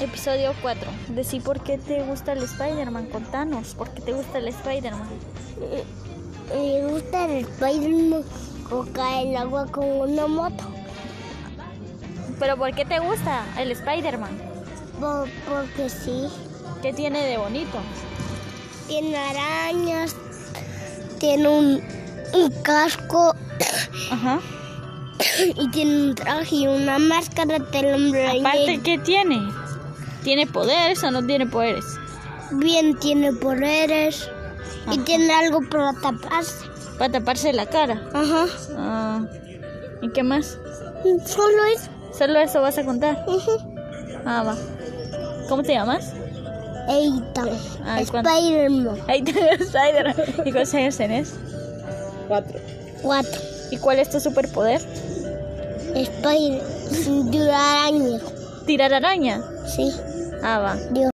Episodio 4. Decí por qué te gusta el Spider-Man. Contanos, ¿por qué te gusta el Spider-Man? Eh, Me gusta el Spider-Man que cae el agua con una moto. ¿Pero por qué te gusta el Spider-Man? Po- porque sí. ¿Qué tiene de bonito? Tiene arañas, tiene un, un casco Ajá. y tiene un traje y una máscara del hombre Aparte, araña. ¿qué tiene? ¿Tiene poderes o no tiene poderes? Bien tiene poderes y Ajá. tiene algo para taparse. Para taparse la cara. Ajá. Ah, ¿Y qué más? Solo eso. Solo eso vas a contar. Ujú. Ah, va. ¿Cómo te llamas? Eitan. Ah, ¿y cuánto? Spider-Man Ahí te Spider. ¿Y cuántos años tenés? 4. ¿Y cuál es tu superpoder? Spider. Sin duda araña. Tirar araña. Sí. Ah, va. Dios.